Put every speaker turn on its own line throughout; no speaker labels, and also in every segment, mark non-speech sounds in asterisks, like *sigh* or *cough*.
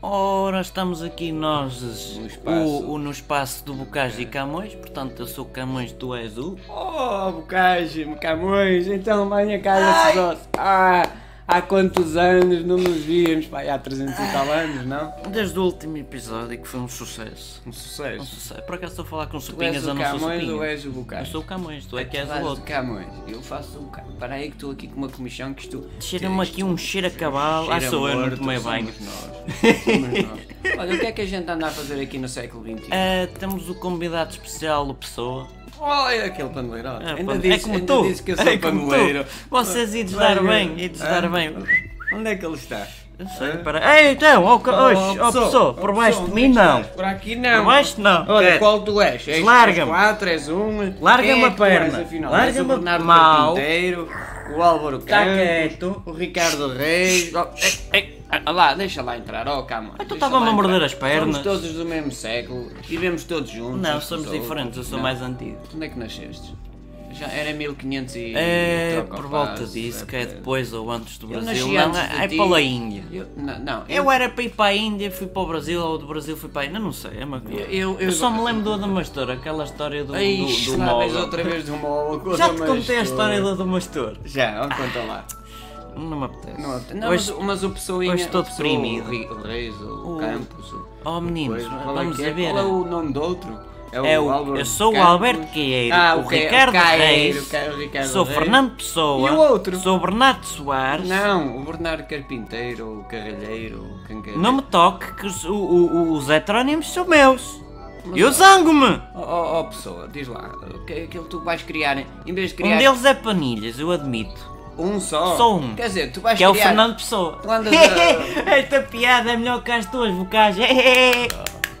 Ora, estamos aqui nós
No espaço.
o, o- no espaço do Bocage e Camões, portanto eu sou Camões, tu és o.
Oh, Bocage, Camões, então vai minha
é
casa esses Ah, há quantos anos não nos víamos? Pai, há 300
Ah.
e tal anos, não?
Desde o último episódio que foi um sucesso.
Um
Um
sucesso.
sucesso. Por acaso estou a falar com
Tu és
supinhas, eu
o
não sou
Camões
supinho.
ou és o
Eu
Bocage?
sou o Camões, tu é que és
Faz
o
de
outro.
Camões, eu faço um bocado. Para aí que estou aqui com uma comissão que estou.
Cheira-me aqui um cheiro a cavalo. Ah,
Cheira
sou eu, não
morto,
tomei
somos
banho.
nós, *laughs* somos nós. Olha, o que é que a gente anda a fazer aqui no século um? XXI?
Ah, temos o convidado especial, o Pessoa.
Olha aquele paneleiro. olha.
Ah,
ainda
pronto,
disse,
é como
ainda
tu. *laughs*
disse que eu sou
é como tu.
paneleiro.
Vocês ides dar
Vai,
bem, ides
ah,
dar bem.
Onde é que ele está?
Não sei, para. Ei, então, ó, ca- oxe, ó, Pessoa, por baixo de
é
mim não.
Por aqui
Por
não.
baixo não.
Olha,
Quer-
qual tu és? És
Larga-me.
4, és é 1.
Larga-me a perna.
Larga-me
Larga-me
o
a-
Bernardo
Mau.
Carpinteiro, o Álvaro
Tá
Campos,
quieto.
o Ricardo Reis. Oh, ei, ei, ah, lá, deixa lá entrar, ó, calma.
Ah, tu
Deixa
estava-me
lá
a morder
entrar.
as pernas.
Somos todos do mesmo século, vivemos todos juntos.
Não,
uns com os
somos
outros.
diferentes, eu sou
Não.
mais antigo.
Onde é que nasceste? Já era 1500 e...
É,
Hum, troca ao
por volta
passo,
disso,
é
que é
por-
depois ou antes do
Eu
Brasil.
nasci
Não,
antes de
é
ti.
pela Índia.
Eu- Não, não,
Eu era para ir para a Índia, fui para o Brasil, ou do Brasil fui para a Índia, não sei, é uma coisa.
Eu- eu-
Eu só me lembro do Adamastor, aquela história do, do,
Ai,
do
lá vens
Mogul.
outra vez do
*laughs*
Mogul.
Já te contei a história do Adamastor.
Já, vamos contar lá.
Não me apetece.
Não, não,
Hoje-
mas, mas o pessoinha...
hoje estou
o pessoa,
deprimido.
O, Ri- o Reis, o,
O-
Campos... O,
Oh meninos,
Coisa, qual
vamos
é que é?
a ver.
Qual é o nome do outro?
É o- eu sou o
Campos.
Alberto Queiro,
Ah,
o,
o Queiro,
Ricardo
o Caeiro,
Reis,
o Caeiro, o Ricardo
sou
Reis.
Fernando Pessoa,
E o outro?
sou Bernardo Soares.
Não, o Bernardo Carpinteiro, o Carralheiro, o Cangueiro.
Não me toque que os, o- o- os heterónimos são meus. Eu zango-me.
Oh, oh, oh, pessoa, diz lá, o que é aquilo que tu vais criar, em vez de
Um
criar
deles é Panilhas, eu admito.
um só,
Só um.
quer dizer, tu vais
Que é o
criar...
Fernando Pessoa. *laughs*
Tu andas a-
Esta piada é melhor que as tuas vocais. *laughs*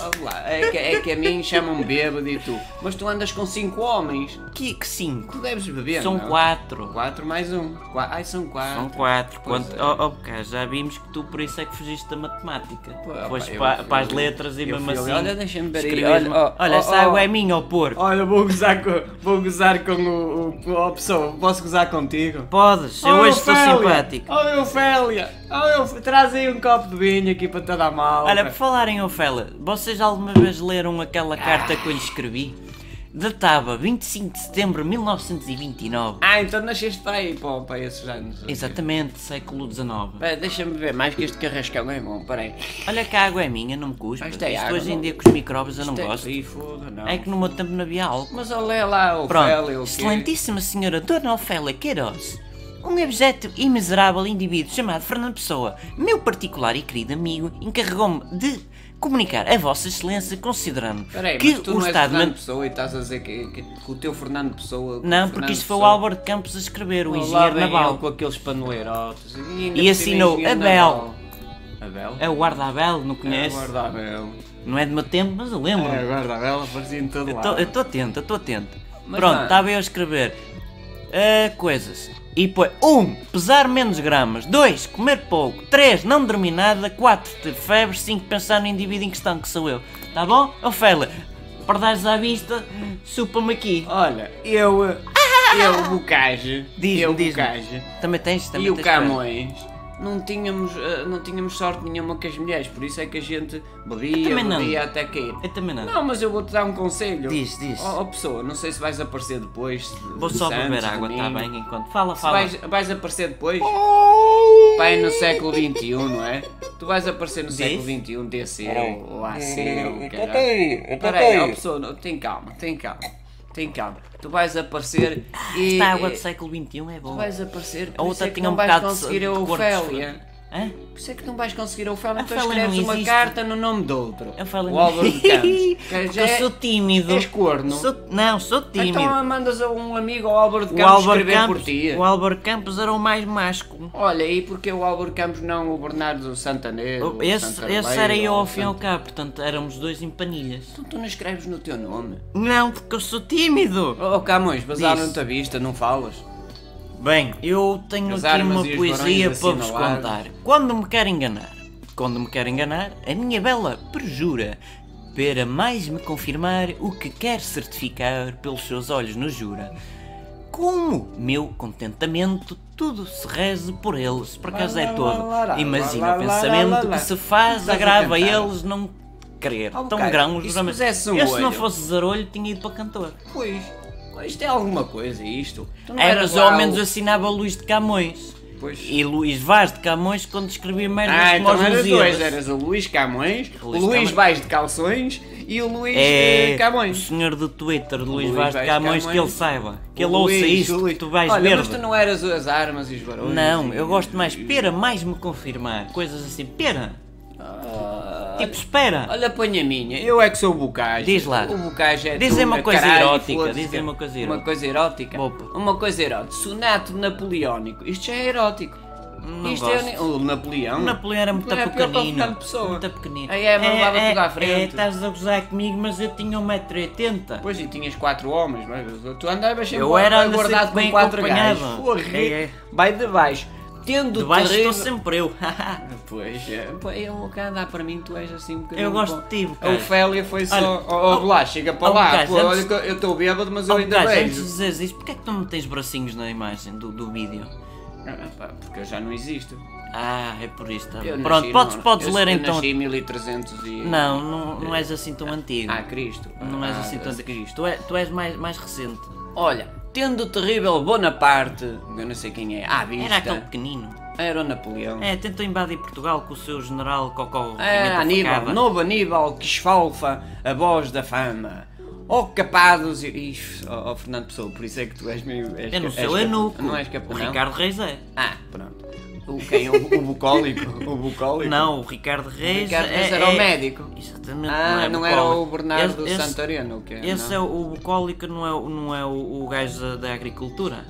Olha lá, é que, é que a mim chamam bêbado e tu, mas tu andas com cinco homens,
que, que cinco?
tu deves beber,
São
não? é?
quatro.
Quatro mais um, Qua- ai são quatro.
São quatro.
Pois
Quanto...
é.
Oh, oh, bocage, já vimos que tu por isso é que fugiste da matemática.
Pô, opa,
Foste
eu
para,
fui
as
ali.
letras e
Eu
mesmo
fui ali.
assim.
Olha, deixa-me ver aí,
escrevias
olha,
mal.
ó,
Olha,
ó,
essa água
ó.
é minha, ó porco.
Olha, vou gozar com, vou gozar com o, o, a pessoa, posso gozar contigo?
Podes, eu
Oh,
hoje estou
Ofélia!
simpático.
Oh, Ofélia! Oh, Of- Traz aí um copo de vinho aqui para toda a mala.
Olha, por falar em Ofélia, vocês alguma vez leram aquela carta que eu lhe escrevi? Datava 25 de setembro de 1929.
Ah, então nasceste para aí, pô, para esses anos.
Exatamente, século XIX.
Pera, deixa-me ver mais que este carrascão é bom, peraí.
Olha que a água é minha, não me cuspa.
Ah,
Isto,
isto é água,
hoje em
não.
dia com os micróbios eu não
Isto é-
gosto.
Ih, foda, não.
É que no meu tempo não havia álcool.
Mas olha lá, o
Pronto,
Félio, o é? quê?
excelentíssima senhora Dona Ofélia Queiroz. Um objeto e miserável indivíduo chamado Fernando Pessoa, meu particular e querido amigo, encarregou-me de comunicar a Vossa Excelência, considerando
Peraí,
que
mas tu
o
não és
Estado.
Fernando
man-
Pessoa e estás a dizer que, que- que o teu Fernando Pessoa... que
Não,
o
porque
Fernando
isto foi o
Pessoa-
Álvaro de Campos a escrever, o
Olha lá
engenheiro
vem
naval.
ele com aqueles paneleirotes. ainda
E
por
assinou
cima engenheiro
Abel.
naval. Abel?
É o guarda-abel, não conhece?
guarda Abel.
Não é do meu tempo, mas eu lembro.
É, guarda Abel, aparecia em todo lado.
Então, Eu estou atento, eu estou atento.
Mas
Pronto,
não.
estava eu a escrever ah, coisas. E põe 1. Um, pesar menos gramas. 2. Comer pouco. 3. Não dormir nada. 4. Ter febre. 5. Pensar no indivíduo em questão, que sou eu. Tá bom? Ofélia, perdais à vista, supa-me aqui.
Olha, eu... eh,
*laughs*
Eu, Bocage.
Diz-me,
eu,
diz-me.
Bocage.
Também tens? Também
E o é?
tens
Camões, não tínhamos, eh, não tínhamos sorte nenhuma com as mulheres, por isso é que a gente bebia,
Também não.
bebia até cair.
Eu também não.
Não, mas eu vou-te dar um conselho.
Diz, diz.
Oh, oh, pessoa, não sei se vais aparecer depois. se-
Vou só
se antes
beber
de
água,
mim.
tá bem? Enquanto. Fala,
Se
fala.
vais, vais aparecer depois, pai, no século XXI, não é? Tu vais aparecer no século XXI, DC ou, ou AC ou o que é. Peraí, ó, pessoa, não- tem calma, tem calma, tem calma. Tu vais aparecer e.
*laughs* Esta água do
e-
século XXI é
Tu
boa.
vais aparecer,
A
por isso é
outra
que
tinha
não
um
vais
bocado de-
conseguir
de
a
cor de
Ofélia.
Hã?
Por isso é que não vais conseguir a Ofélia, tu
Ofélia não
escreves uma
existe.
carta no nome de outro.
Eu falo
o Álvaro de
*laughs*
Campos. Que
Porque
já é
eu sou tímido.
és corno.
Sou- não, sou tímido.
Então mandas a um amigo ao Álvaro de
o
Campos
Álvaro
escrever
Campos,
por ti.
o Álvaro Campos era o mais másculo.
Olha, e porque o Álvaro Campos não o Bernardo Santaneiro? É, o
Esse,
Santarleiro,
esse era eu
ou
ao
o
fim e ao
Sant-
cabo, portanto éramos dois em panilhas.
Tu não escreves no teu nome.
Não, porque eu sou tímido.
Oh Camões,
Diz.
basaram-te à vista, não falas.
Bem, eu tenho
As
aqui
armas
uma
e os
poesia
barões
para vos
assinalados.
contar. Quando me quer enganar, quando me quer enganar, a minha bela perjura para mais me confirmar o que quer certificar pelos seus olhos nos jura. como meu contentamento tudo se reze por eles, se por acaso é
lá,
todo.
lá, lá,
Imagina o
lá, lá, lá, lá,
pensamento
lá.
que se faz,
Estás a
agrava
cantar.
eles não querer.
Oh,
Tão
cara,
grão
e
os
se
juramentos.
pusesse um
Eu, se
olho?
não fosse zarolho, tinha ido para cantor.
Pois, isto é alguma coisa, isto. Tu não
É,
eras
mas eu ao
lá
menos
o-
assinava Luís de Camões.
Pois.
E Luís Vaz de Camões quando escrevia merdas
Ah,
como
então
aos
eras
museus.
dois, eras o Luís Camões,
Luís
o Luís, Luís
Camões.
Vaz de Calções e o Luís
É
eh,
o
Camões.
senhor do Twitter, Luís,
Luís
Vaz de
Vaz de
Camões, que ele
Camões.
saiba. Que
O
ele ouça
Luís,
isto
o Luís.
que tu vais
Olha,
ver.
mas tu não eras as armas e os barões.
Não,
e-
eu gosto mais. Pera, mais me confirmar. Coisas assim. Pera.
Ah.
tipo, espera.
Olha, põe a minha, eu é que sou o Bocage.
Diz lá.
O Bocage é
Dizem
tu,
uma
é
coisa
caralho,
erótica,
foda-se.
dizem uma coisa erótica.
Uma coisa erótica?
Vou pôr.
Uma coisa erótica. Sonato napoleónico. Isto já é erótico.
Não
Isto
gosto.
é o Napoleão.
O Napoleão era muito
Napoleão é pior para
pequenino.
tanta pessoa.
Muito pequenino.
Aí é, mas levava tudo à
É,
frente.
estás a gozar comigo, mas eu tinha 1,80m.
Pois e tinhas quatro homens, mas tu andavas sempre
Eu era, anda
guardado
sempre bem
com quatro
acompanhado.
gajos. Porra,
É, é.
vai de baixo. Tendo
De baixo
terreno...
estou sempre eu. *laughs* haha.
Pois, é. Pô, eu cá andar para mim, tu és assim um bocadinho.
Eu gosto
bom.
de ti,
A
bocado.
Ofélia foi só.
Olha,
oh, oh, lá, chega para
oh,
lá.
bocado,
pô,
antes-
olha que eu- eu estou bêbado, mas eu
Oh,
ainda
gajo, antes de
beijo.
dizeres isso, porquê é que tu não tens bracinhos na imagem do, do vídeo?
Ah, pá, porque eu já não existo.
Ah, é por isto. tá bom.
Eu nasci
Pronto,
no-
podes, podes
eu-
ler
eu
então.
Nasci em 1300 e.
Não, não, não és assim tão antigo.
Ah, Cristo.
Não és
Ah,
assim tão
Deus.
antigo. Tu, é- tu és mais, mais recente.
Olha, tendo o terrível Bonaparte, eu não sei quem é, à vista,
Era aquele
era,
pequenino.
o Napoleão.
É, tentou invadir Portugal com o seu general Cocó. é
Era Ah, Aníbal, É, novo Aníbal que esfalfa a voz da fama. Oh, capados e. Ixi, oh, oh, Fernando Pessoa, por isso é que tu és meio. És
Eu não
ca-
sei,
és
eu é
cap-
nuco.
Não és
O
capaz.
Ricardo Reis é.
Ah, pronto. O, quem? O, o bucólico? O bucólico?
Não, o Ricardo Reis.
Ricardo
é-
Reis era o
é-
médico.
Exatamente.
Ah,
é
não, era o
bucólico.
Bernardo
Esse- esse-
Santareno, o que é?
Esse
não?
é o, o bucólico, não é, o- não é o, o gajo da, da agricultura.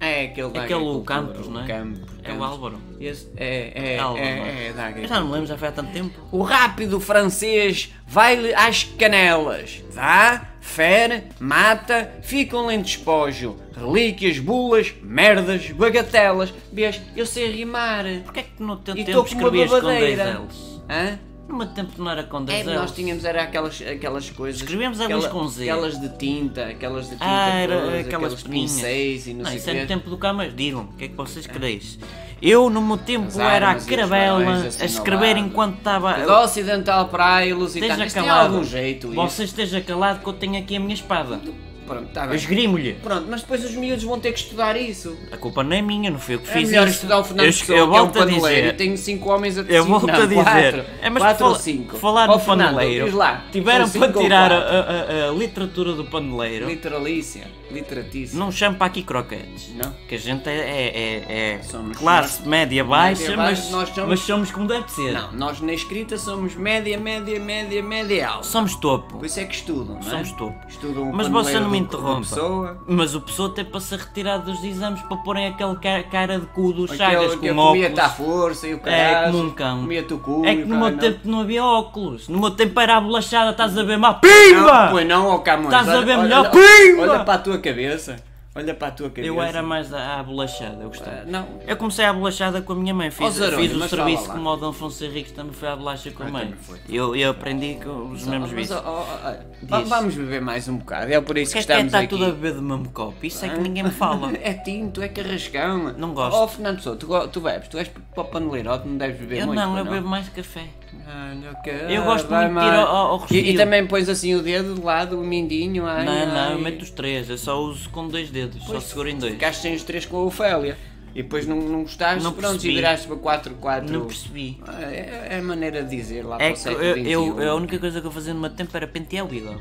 É aquele da
Aquele o
agricultura,
Campos,
o
não é?
Campo,
É o
Campos.
Álvaro.
Esse é, é,
Álvaro, não
é,
é?
é da
Eu já
agricultura.
não me lembro, já foi há tanto tempo.
O rápido francês vai-lhe às canelas. Dá, fere, mata, fica um lento espojo. Relíquias, bulas, merdas, bagatelas. Vês, eu sei rimar.
Porquê é que tu no teu
E
tempo
estou com uma
escrevias com dois
babadeira.
L's?
Hã?
No meu tempo não era com dois
É,
L's.
nós tínhamos era aquelas, aquelas coisas.
Escrevíamos a luz com Z.
Aquelas de tinta, aquelas de tinta.
Ah, era
cores,
aquelas
pincéis
pinhas.
e não,
Não,
sei
isso
o
é
quê.
no tempo do Camões. Digam, o que é que vocês quereis? Eu, no meu tempo,
As
era a
armas e os
carabela
barões assim,
a escrever
assinalados.
enquanto
Do
estava.
ocidental para a ilusitana.
Esteja
Isto tem
calado.
algum jeito isso.
Você esteja calado que eu tenho aqui a minha espada.
Pronto, está
Eu
bem.
esgrimo-lhe.
Pronto, mas depois os miúdos vão ter que estudar isso.
A culpa não é minha, não foi eu que
É
fiz
melhor
isto.
estudar o Fernando
eu, eu
Pessoa, que é um
volto a
paneleiro.
dizer.
Eu tenho 5 homens a
Eu
cinco,
volto
não,
a dizer.
Quatro,
É, mas
quatro
fala-
ou 5.
falar
oh,
no
Fernando,
paneleiro.
diz lá.
tiveram
são
para
cinco ou
tirar a,
quatro?
a- a- a literatura do paneleiro.
Literalícia, literatícia.
Não chamo para aqui croquetes.
Não.
Que a gente é, é- é- é
Somos-
classe média baixa,
média
mas,
baixa, nós somos-
mas somos como deve ser.
Não, nós na escrita somos média, média, média, média alta.
Somos topo.
Por isso é que estudam, não é?
Somos topo.
Estudam o
Mas você
paneleiro
não me
do- da
interrompa.
Pessoa.
Mas o pessoa até para ser retirado dos exames para porem aquele ca- cara de cu do Chagas
Aquele que
com
comia-te à
óculos.
força e o
É,
tá caralho.
como um cão.
Comia-te o cu
é
e
que
o
no meu
caralho.
tempo não havia óculos. No meu tempo era a bolachada, estás a ver má
Não,
pimba!
pois não, ó Camões.
Estás a
olha-
ver
olha-
melhor?
Olha,
Pimba!
olha para a tua cabeça. Olha para a tua cabeça.
Eu era mais a, a bolachada, eu gostava.
Ah, Não,
Eu comecei a bolachada com a minha mãe, fiz,
Ó, Zarolho,
fiz o
mas
serviço
fala lá. Ah,
como o Dom Fonseiro Henriques também foi à bolacha com a mãe.
também fui.
Eu, eu aprendi com os
Ah,
mesmos
mas,
vícios.
ó, ó, ó, va-
Diz.
vamos beber mais um bocado, é por isso
Porque
que
é que é
estamos
estar
aqui.
tudo a beber do mesmo copo? Isso é que ninguém me fala.
*laughs* É tinto, é carrascão.
Não gosto.
Oh, Fernando Pessoa, tu, go- tu bebes, tu és para paneleiro, tu não deves beber
Eu
muito.
não,
pois
eu bebo mais café.
Olha, ok,
Eu gosto
vai
muito de ir
mal.
ao- ao
e, e
refil.
também pões assim o dedo de lado, o mindinho, ai,
não, não,
ai.
eu meto os três, eu só uso com dois dedos, só seguro em dois.
Ficaste sem os três com a Ofélia. E depois não, não gostaste,
Não
pronto,
percebi.
e viraste para 4, 4.
Não percebi.
É, é a maneira de dizer lá
É
para o
que
século
eu, eu-
21.
eu- a única coisa que eu fazia no meu tempo era pentear o bigode.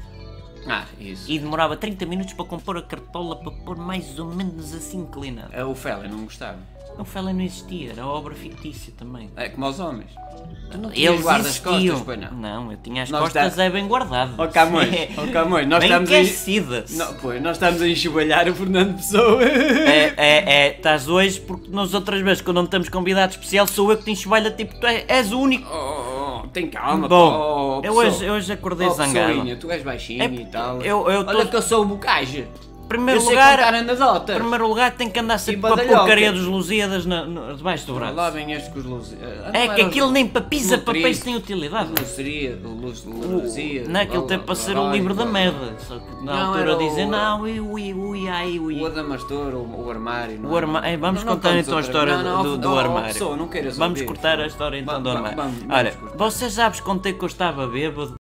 Ah, isso.
E demorava 30 minutos para compor a cartola para pôr mais ou menos assim inclinada.
A Ofélia não gostava.
O Fela não existia, era obra fictícia também.
É como aos homens. Tu não tinhas
Eles
guardas-costas,
existiam. Hum.
pois não?
eu tinha as
Nós
costas
tá-
é bem guardadas. É *laughs*
Ó Camões, ó Camões, nós
bem
estamos aí-
aquecidas.
Não, pois, nós estamos a enxovalhar o Fernando Pessoa.
É, é, é, estás hoje porque nas outras vezes quando não temos convidado especial sou eu que te enxovalho tipo tu és, és o único.
*laughs* Oh, oh, tem calma,
Bom,
pá, oh,
eu
Pessoa.
hoje, eu hoje acordei
Oh,
zangado.
Pessoinha, tu és baixinho
É,
e tal.
eu- eu
Olha
tô-
que eu sou o um Bocage.
primeiro
eu sei contar
lugar,
anedotas.
em primeiro lugar tem que andar sempre com a
badalhoca.
porcaria dos Lusíadas na- no- debaixo do braço.
Lá vem este com os eh, ah, luzes.
É que aquilo nem para pisa papéis
Lutrizes.
tem utilidade.
Luzeria, luz de luzia.
Não, é aquilo tem para ser o livro da merda. Só que na
Não,
altura
era o-
dizem, não, ui, ui, ui, ai,
O
ui.
Adamastor, o, o armário. não
O arma-
é?
eh, vamos
Não, não
contar
contes
então a
outra
história
vez. Não,
do,
não,
do
oh,
armário.
pessoa, não queiras
vamos
ouvir.
cortar a história então
Va-
do
va-
armário.
vamos- vamos
Olha,
cortar.
vocês já vos contei é que eu estava bêbado